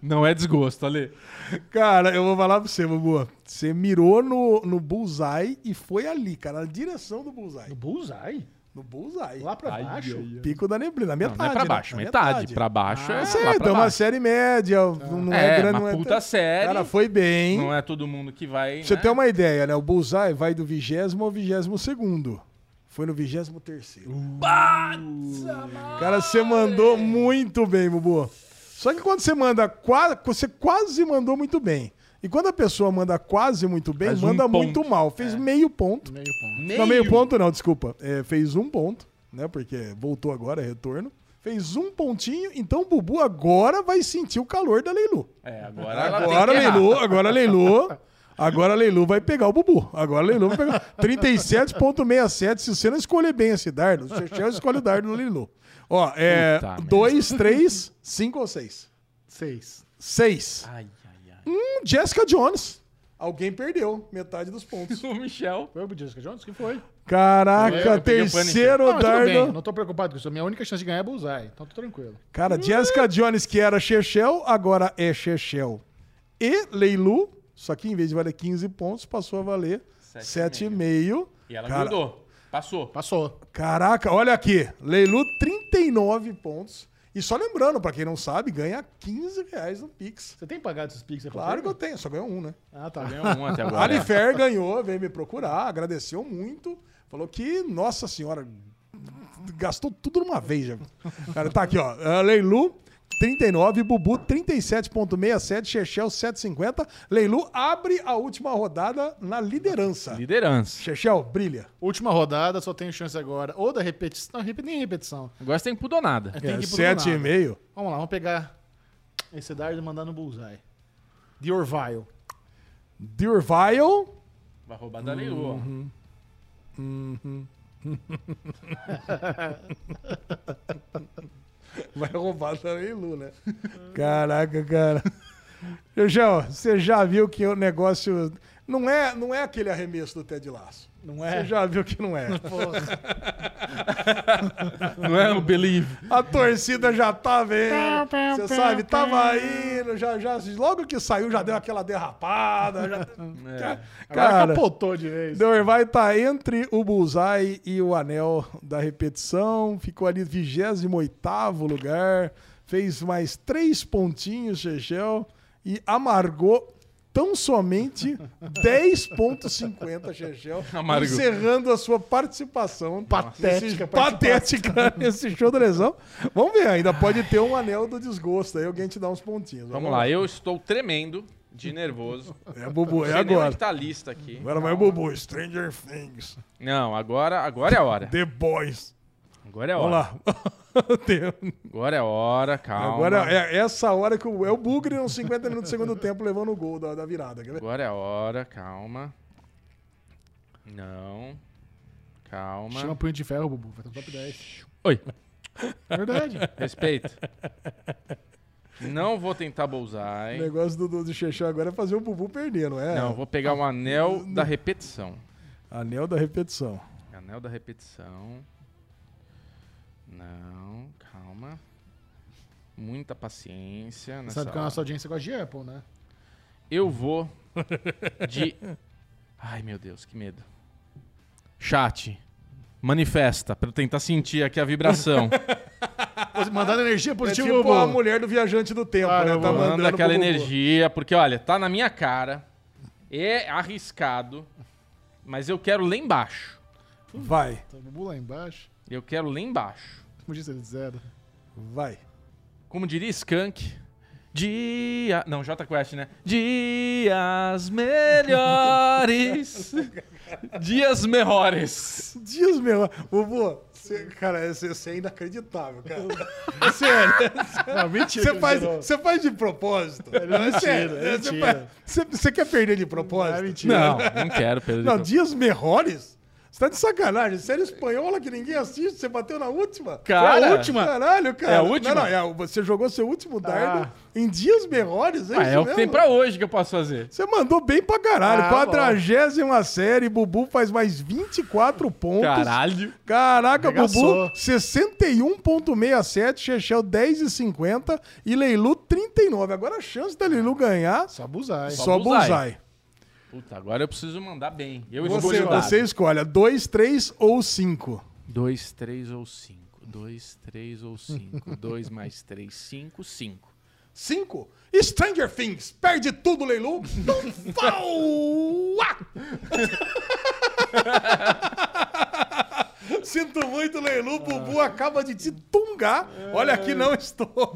S2: Não é desgosto, Ale.
S3: Cara, eu vou falar pra você, Bubu. Você mirou no, no Bullseye e foi ali, cara, na direção do Bullseye.
S1: Bullseye?
S3: No Bullseye.
S1: Lá pra
S2: Ai,
S1: baixo?
S2: ai,
S3: Pico da Neblina,
S2: Não,
S3: metade.
S2: não é pra
S3: né?
S2: baixo.
S3: Na
S2: Metade. Pra baixo é.
S3: Sim,
S2: lá pra
S3: então uma
S2: baixo.
S3: série média, não é,
S2: É,
S3: grande,
S2: uma
S3: não é
S2: puta
S3: tão-
S2: série.
S3: Cara, foi bem.
S2: Não é todo mundo que vai.
S3: Pra você
S2: né?
S3: ter uma ideia, né? O Bullseye vai do vigésimo ao vigésimo segundo. Foi no vigésimo terceiro. Cara, você mandou muito bem, Bubu. Só que quando você manda quase, você quase mandou muito bem. E quando a pessoa manda quase muito bem,
S2: Faz um
S3: manda
S2: ponto. É.
S3: muito mal. Fez meio ponto.
S1: Meio ponto.
S3: Não, meio ponto não, desculpa. É, fez um ponto, né? Porque voltou agora, é retorno. Fez um pontinho, então o Bubu agora vai sentir o calor da Leilu.
S2: É, agora ela
S3: Agora
S2: tem que
S3: a
S2: errar.
S3: Leilu, agora a Leilu. Agora a Leilu vai pegar o Bubu. Agora a Leilu vai pegar. 37,67. Se você não escolher bem esse dardo, o Chechel escolhe o dardo no Leilu. Ó, é.
S2: Puta merda.
S3: 2, 3, 5 ou 6?
S1: Seis.
S3: 6.
S2: Ai, ai, ai.
S3: Hum, Jessica Jones. Alguém perdeu metade dos pontos.
S2: O Michel.
S1: Foi o Jessica Jones? que foi?
S3: Caraca,
S2: Eu peguei o pânico.
S3: terceiro
S1: mas tudo
S3: dardo.
S1: bem, não tô preocupado com isso. Minha única chance de ganhar é Bullseye, então tô tranquilo.
S3: Cara, Jessica Jones, que era Chechel, agora é Chechel. E Leilu, só que em vez de valer 15 pontos, passou a valer
S2: Sete
S3: 7,5.
S2: E ela
S3: Cara,
S2: grudou. Passou.
S1: Passou.
S3: Caraca, olha aqui. Leilu, 39 pontos. E só lembrando, pra quem não sabe, ganha 15 reais no Pix.
S1: Você tem pagado esses piques?
S3: Claro que eu tenho, só ganhou um, né?
S1: Ah, tá.
S2: Ganhou um até agora.
S3: Ali Fer ganhou, veio me procurar, agradeceu muito. Falou que, nossa senhora, gastou tudo numa vez. já. Cara, tá aqui, ó. Ah, Leilu, 39, Bubu, 37,67, Chechel, 7,50. Leilu abre a última rodada na liderança.
S2: Liderança.
S3: Chechel, brilha.
S1: Última rodada, só tenho chance agora. Ou da repetição. Não, repe- nem repetição.
S2: Agora você tem pudonada.
S1: É,
S3: É,
S1: tem que ir pro do nada.
S3: 7,5.
S1: Vamos lá, vamos pegar esse dardo e mandar no Bullseye. The Orville.
S3: Durvile.
S2: Vai roubar da Leilu, ó.
S3: Vai roubar da Leilu, né? Caraca, cara. Chechel, você já viu que o negócio. Não é, não é aquele arremesso do Ted Lasso.
S1: Não é?
S3: Você já viu que não é.
S1: Porra.
S2: Não é o Believe.
S3: A torcida já tava indo. Você sabe, tava indo, já, já, logo que saiu já deu aquela derrapada. Já...
S2: É.
S3: Ca-
S1: Cara,
S3: Cara,
S1: capotou de vez.
S3: Dorvai tá entre o Bullseye e o Anel da Repetição. Ficou ali 28 lugar. Fez mais três pontinhos, Chechel. E amargou tão somente 10,50, Chechel.
S2: Amargou.
S3: Encerrando a sua participação.
S1: Patética
S3: nesse-
S1: participação.
S3: Patética nesse show do lesão. Vamos ver, ainda pode ter um anel do desgosto. Aí alguém te dá uns pontinhos.
S2: Vamos lá, eu estou tremendo de nervoso.
S3: É, Bubu, é
S2: Sei nem
S3: agora.
S2: onde tá a lista aqui.
S3: Agora vai, Bubu. Stranger Things.
S2: Não, agora, agora é a hora.
S3: The Boys.
S2: Agora é a
S3: Vamos
S2: hora.
S3: lá. Tem-
S2: Agora é a hora, calma.
S3: Agora é essa hora que o, é o Bugre nos 50 minutos do segundo tempo levando o gol da, da virada. Quer ver?
S2: Agora é a hora, calma. Não. Calma.
S1: Chama punho de ferro, Bubu. Vai ter um top 10.
S2: Oi.
S1: Verdade.
S2: Respeito. Não vou tentar bullseye.
S3: O negócio do, do, do Xexão agora é fazer o Bubu perder, não é?
S2: Não, vou pegar o anel da repetição.
S3: Anel da repetição.
S2: Anel da repetição. Não, calma. Muita paciência. Nessa
S1: Sabe que é a
S2: hora.
S1: nossa audiência gosta de Apple, né?
S2: Eu vou de. Ai, meu Deus, que medo. Chat. Manifesta, pra eu tentar sentir aqui a vibração.
S1: Você Mandando energia
S3: É
S1: positiva,
S3: tipo a
S1: Bubu.
S3: mulher do viajante do tempo,
S1: Ah,
S3: né?
S1: eu
S3: Tá
S1: vou-
S3: mandando
S2: Manda aquela
S3: pro Bubu.
S2: energia, porque olha, tá na minha cara. É arriscado, mas eu quero lá embaixo.
S3: Vai,
S1: Tá, Bubu lá embaixo.
S2: Eu quero lá embaixo.
S1: Como disse ele, zero.
S3: vai.
S2: Como diria Skank. Dia. Não, J Quest, né? Dias melhores. Dias melhores.
S3: Dias meu. Bubu, você- cara, você você é inacreditável, cara. Sério.
S1: Não, mentira.
S3: Você
S1: que
S3: faz,
S1: gerou.
S3: você faz de propósito. Não, é sério.
S1: mentira, é
S3: Você
S1: mentira.
S3: faz- Você você quer perder de propósito?
S1: É mentira.
S2: Não, não quero perder.
S3: Não, dias melhores? Você tá de sacanagem. Série espanhola que ninguém assiste, você bateu na última?
S2: Cara,
S1: Foi a última.
S3: Caralho, cara.
S2: É a última? Tá.
S3: Não, não, é, você jogou seu último dardo em dias melhores, é
S2: Ah,
S3: isso
S2: é o que
S3: mesmo?
S2: tem pra hoje que eu posso fazer.
S3: Você mandou bem pra caralho.
S1: Ah,
S3: Quadragésima série, Bubu faz mais 24 pontos.
S2: Caralho.
S3: Caraca,
S1: Arregaçou.
S3: Bubu, 61.67, Chechel 10,50 e Leilu 39. Agora a chance da Leilu ganhar,
S1: Só abusar, hein?
S3: só
S2: bullseye.
S3: bullseye.
S2: Puta, agora eu preciso mandar bem. Eu
S3: Você,
S2: escolho o
S3: você
S2: dado.
S3: escolhe 2, 3 ou 5.
S2: Dois, três ou cinco. Dois, três ou cinco. Dois mais três, cinco, cinco.
S3: 5. Stranger Things, perde tudo, Leilu. Não fala! Sinto muito, Leilu. Bubu acaba de te tungar. Olha aqui, não estou.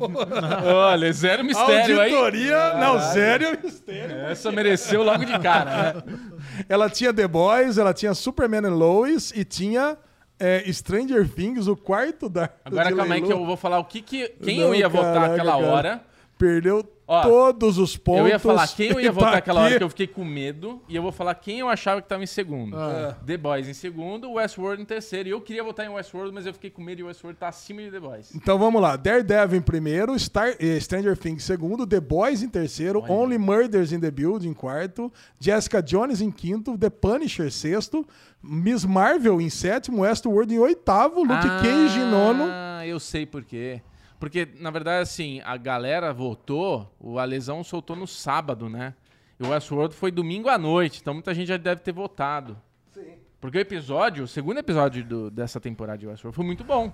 S2: Olha, zero mistério aí.
S3: Auditoria, não, sério, mistério.
S2: Essa mereceu logo de cara, né?
S3: Ela tinha The Boys, ela tinha Superman and Lois e tinha é, Stranger Things, o quarto da.
S2: Agora
S3: de
S2: calma aí que
S3: Leilu.
S2: eu vou falar o que que... Quem
S3: Não,
S2: eu ia votar
S3: caraca,
S2: aquela
S3: cara.
S2: hora...
S3: Perdeu
S2: Ó,
S3: todos os pontos.
S2: eu ia falar quem eu
S3: e
S2: ia
S3: tá
S2: votar aquela hora
S3: aqui.
S2: que eu fiquei com medo. E eu vou falar quem eu achava que tava em segundo.
S3: Ah.
S2: The Boys em segundo, Westworld em terceiro. E eu queria votar em Westworld, mas eu fiquei com medo e Westworld tá acima de The Boys.
S3: Então vamos lá. Daredevil em primeiro, Star, eh, Stranger Things em segundo, The Boys em terceiro, Only Murders in the Build em quarto, Jessica Jones em quinto, The Punisher sexto, Miss Marvel em sétimo, Westworld em oitavo, Luke Cage em nono.
S2: Ah, eu sei por quê. Porque, na verdade, assim, a galera votou, o a lesão soltou no sábado, né? E o Westworld foi domingo à noite, então muita gente já deve ter votado. Sim. Porque o episódio, o segundo episódio do- dessa temporada de Westworld foi muito bom.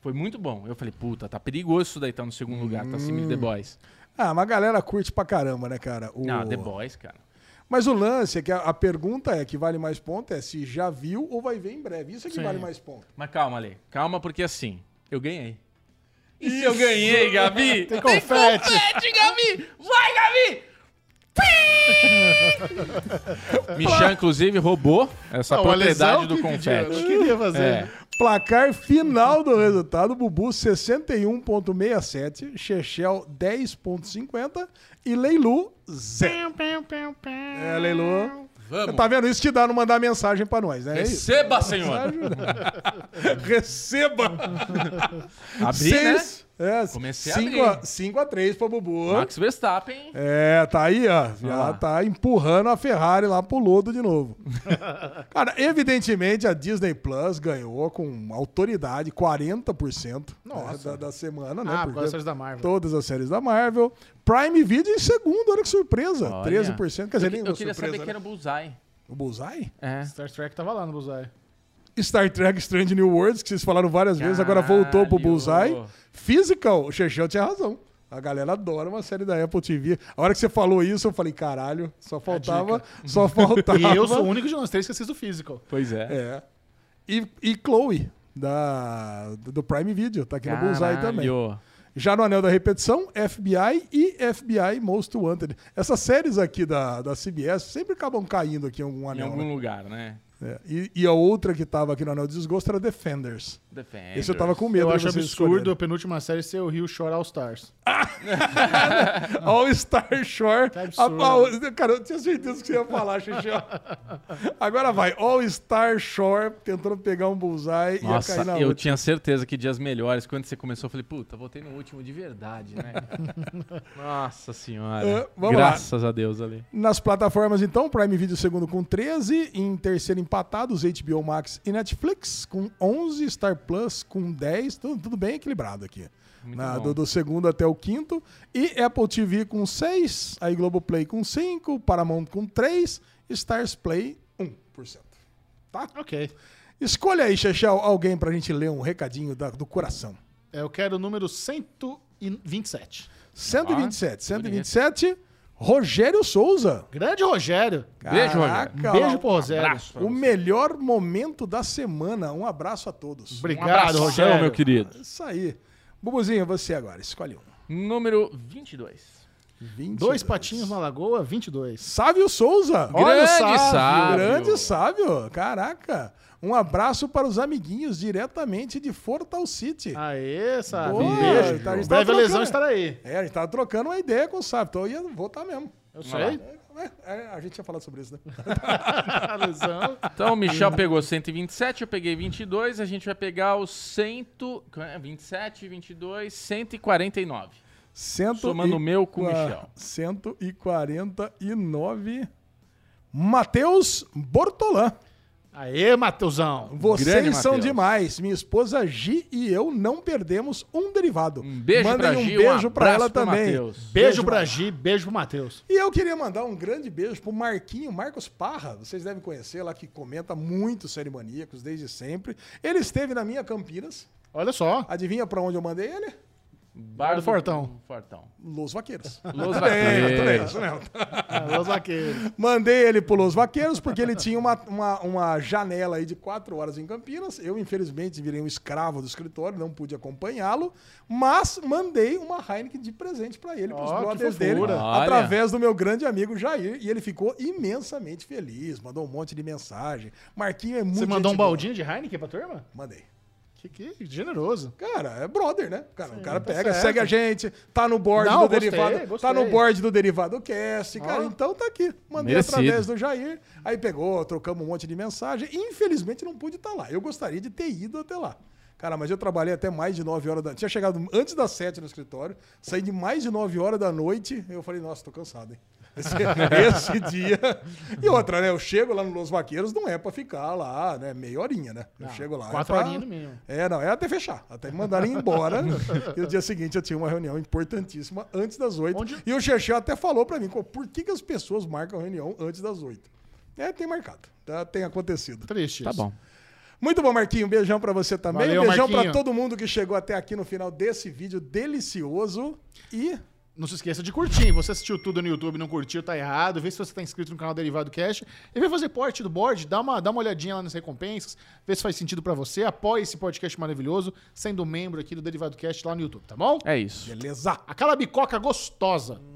S2: Foi muito bom. Eu falei, puta, tá perigoso isso daí tá no segundo lugar, tá acima de The Boys.
S3: Ah, mas a galera curte pra caramba, né, cara? O...
S2: Não, The Boys, cara.
S3: Mas o lance é que a, a pergunta é que vale mais ponto é se já viu ou vai ver em breve. Isso é que vale mais ponto.
S2: Mas calma, Ale. Calma, porque assim, eu ganhei. E se eu ganhei, Gabi? Tem
S1: confete.
S2: confete, Gabi! Vai, Gabi! Pim! Michan, inclusive, roubou essa
S1: Não, o
S2: propriedade
S1: Alesão
S2: do
S1: que-
S2: confete.
S1: Eu queria fazer. né?
S2: É.
S3: Placar final do resultado: Bubu 61,67, Chechel 10,50 e Leilu 0. É, Leilu.
S2: Vamos.
S3: Tá vendo? Isso te dá não mandar mensagem pra nós, né? É isso.
S2: Receba, senhor!
S3: Receba!
S2: Abri, né?
S3: Seis, É,
S2: Comecei a
S3: 5
S2: ler.
S3: a 5 a 3 pra Bubu.
S2: Max Verstappen.
S3: É, tá aí, ó. Já
S2: lá.
S3: tá empurrando a Ferrari lá pro lodo de novo. Cara, evidentemente a Disney Plus ganhou com autoridade 40%
S1: Nossa.
S3: Da, da semana, né?
S1: Ah, por causa das séries da Marvel.
S3: Todas as séries da Marvel. Prime Video em segundo, olha que surpresa.
S2: Olha.
S3: 13%. Quer dizer,
S2: Eu, que-
S3: nem
S2: eu queria
S3: surpresa,
S2: saber
S3: né?
S2: quem era o Bullseye.
S3: O Bullseye?
S2: É.
S1: Star Trek tava lá no Bullseye.
S3: Star Trek Strange New Worlds, que vocês falaram várias vezes, agora voltou pro
S2: Caralho.
S3: Bullseye. Physical, o Xexão tinha razão. A galera adora uma série da Apple TV. A hora que você falou isso, eu falei, caralho, só faltava, só faltava.
S1: E eu sou o único de nós três que assisto Physical.
S2: Pois é.
S3: É. E, e Chloe, da, do Prime Video, tá aqui no Bullseye também.
S2: Caralho.
S3: Já no Anel da Repetição, FBI e FBI Most Wanted. Essas séries aqui da, da CBS sempre acabam caindo aqui em algum
S2: Em
S3: anel.
S2: algum
S3: né?
S2: lugar, né?
S3: É. E, e a outra que tava aqui no Anel do Desgosto era Defenders.
S2: Defenders.
S3: Esse eu tava com medo.
S1: Eu
S3: de né?
S1: acho
S3: vocês
S1: absurdo a penúltima série ser o Rio Shore All Stars.
S3: escolherem. All Star Shore.
S1: Que absurdo.
S3: A- a- cara, eu tinha certeza que você ia falar, Xixi. Agora vai. All Star Shore tentando pegar um bullseye e ia
S2: Nossa,
S3: cair na
S2: eu
S3: outra.
S2: tinha certeza que dias melhores. Quando você começou, eu falei, puta, voltei no último de verdade, né? Nossa senhora.
S3: É, vamos lá.
S2: Graças a Deus ali.
S3: Nas plataformas, então, Prime Video segundo com 13, em terceiro empatados HBO Max e Netflix com 11, Star Plus com 10, tudo, tudo bem equilibrado aqui. Na-
S2: bom.
S3: do, do segundo até o quinto. E Apple TV com 6, aí Globoplay com 5, Paramount com 3, Stars Play 1%. Tá?
S1: Ok.
S3: Escolha aí, Chechel, alguém pra gente ler um recadinho da- do coração.
S1: É, Eu quero o número 127.
S3: 127, 127, Rogério Souza.
S1: Grande Rogério.
S2: Beijo, Rogério.
S3: Caraca,
S1: Beijo
S3: lá,
S1: pro Rogério.
S2: abraço.
S3: O melhor momento da semana. Um abraço a todos. É
S2: Um
S1: Obrigado,
S2: abração,
S1: Rogério.
S2: meu querido.
S3: Isso aí. Bubuzinho, você agora. Escolhe um.
S2: Número 22.
S3: 22.
S1: Dois patinhos na lagoa, 22.
S3: Sávio Souza.
S1: Olha o
S2: Grande
S1: Sávio,
S2: sábio.
S3: Grande sábio. Caraca. Um abraço para os amiguinhos diretamente de Fortal City.
S2: Ah.
S1: Aê, sabe?
S3: Boa,
S1: Um beijo.
S3: tá- a gente
S1: Breve
S3: tá trocando.
S1: lesão estará aí.
S3: É, a gente tava trocando uma ideia com o Sávio. Então eu ia voltar mesmo.
S1: Eu
S2: Vai
S1: sei.
S3: É, é, a gente tinha falado sobre isso, né?
S1: A lesão.
S2: Então o Michel pegou 127, eu peguei 22. A gente vai pegar o 100, é, 27, 22, 149.
S3: Cento
S2: Somando
S3: e
S2: o meu com o
S3: qua-
S2: Michel.
S3: 149. Matheus Bortolan.
S1: Aê, Matheusão.
S3: Vocês
S2: Grande
S3: são
S2: Matheus.
S3: demais. Minha esposa Gi e eu não perdemos um derivado.
S2: Um beijo
S3: Mandem
S2: pra
S3: um
S2: Gi, um
S3: beijo pra
S2: abraço
S3: ela
S2: pro
S3: também.
S2: Matheus.
S1: Beijo pra
S3: Matheus.
S1: Gi, beijo pro Matheus.
S3: E eu queria mandar um grande beijo pro Marquinho, Marcos Parra. Vocês devem conhecer lá que comenta muito Série Maníacos desde sempre. Ele esteve na minha Campinas.
S1: Olha só.
S3: Adivinha pra onde eu mandei ele?
S2: Bar
S3: Um
S1: do Fortão.
S2: Um Fortão.
S3: Los Vaqueiros.
S2: Los
S3: É, tudo bem,
S2: Vaqueiros.
S3: isso mesmo. É,
S1: Alô, Zaqueiros.
S3: Mandei ele pro Los Vaqueiros porque ele tinha uma, uma, uma janela aí de quatro horas em Campinas. Eu, infelizmente, virei um escravo do escritório, não pude acompanhá-lo. Mas mandei uma Heineken de presente para ele, pros
S1: Ó, que
S3: brothers
S1: fofura.
S3: dele,
S2: Olha.
S3: através do meu grande amigo Jair. E ele ficou imensamente feliz, mandou um monte de mensagem. Marquinho é muito.
S1: Você mandou
S3: gente
S1: um
S3: boa.
S1: baldinho de Heineken pra turma?
S3: Mandei.
S1: Que, que generoso.
S3: Cara, é brother, né? Cara, o cara
S1: tá
S3: pega,
S1: certo.
S3: segue a gente, tá no board
S1: Não,
S3: do
S1: gostei,
S3: derivado,
S1: gostei.
S3: tá no board do derivado cast, cara,
S1: Ó.
S3: então tá aqui. Mandei
S2: Merecido.
S3: através do Jair, aí pegou, trocamos um monte de mensagem, infelizmente não pude estar lá. Eu gostaria de ter ido até lá. Cara, mas eu trabalhei até mais de 9 horas da Tinha chegado antes das 7 no escritório, saí de mais de 9 horas da noite. Eu falei, nossa, tô cansado, hein? Esse, esse dia. E outra, né? Eu chego lá no Los Vaqueiros, não é pra ficar lá, né? Meia horinha, né? Eu
S1: Não,
S3: chego lá. é
S1: quatro
S3: pra-
S1: horinhas no mínimo.
S3: é, não, é até fechar, até me mandarem embora. e no dia seguinte eu tinha uma reunião importantíssima antes das oito.
S1: Onde-
S3: E o Xexé até falou pra mim, "Pô, por que, que as pessoas marcam reunião antes das oito? É, tem marcado, tá? tem acontecido.
S1: Triste.
S2: Tá
S1: isso.
S2: bom.
S3: Muito bom, Marquinho, um beijão pra você também.
S1: Valeu,
S3: um beijão
S1: Marquinho.
S3: pra todo mundo que chegou até aqui no final desse vídeo delicioso. E
S1: Não se esqueça de curtir. Você assistiu tudo no YouTube, não curtiu, tá errado. Vê se você tá inscrito no canal Derivado Cash. E vem fazer parte do board, dá uma, dá uma olhadinha lá nas recompensas, vê se faz sentido pra você. Apoie esse podcast maravilhoso, sendo membro aqui do Derivado Cash lá no YouTube, tá bom?
S2: É isso.
S3: beleza.
S1: Aquela bicoca gostosa.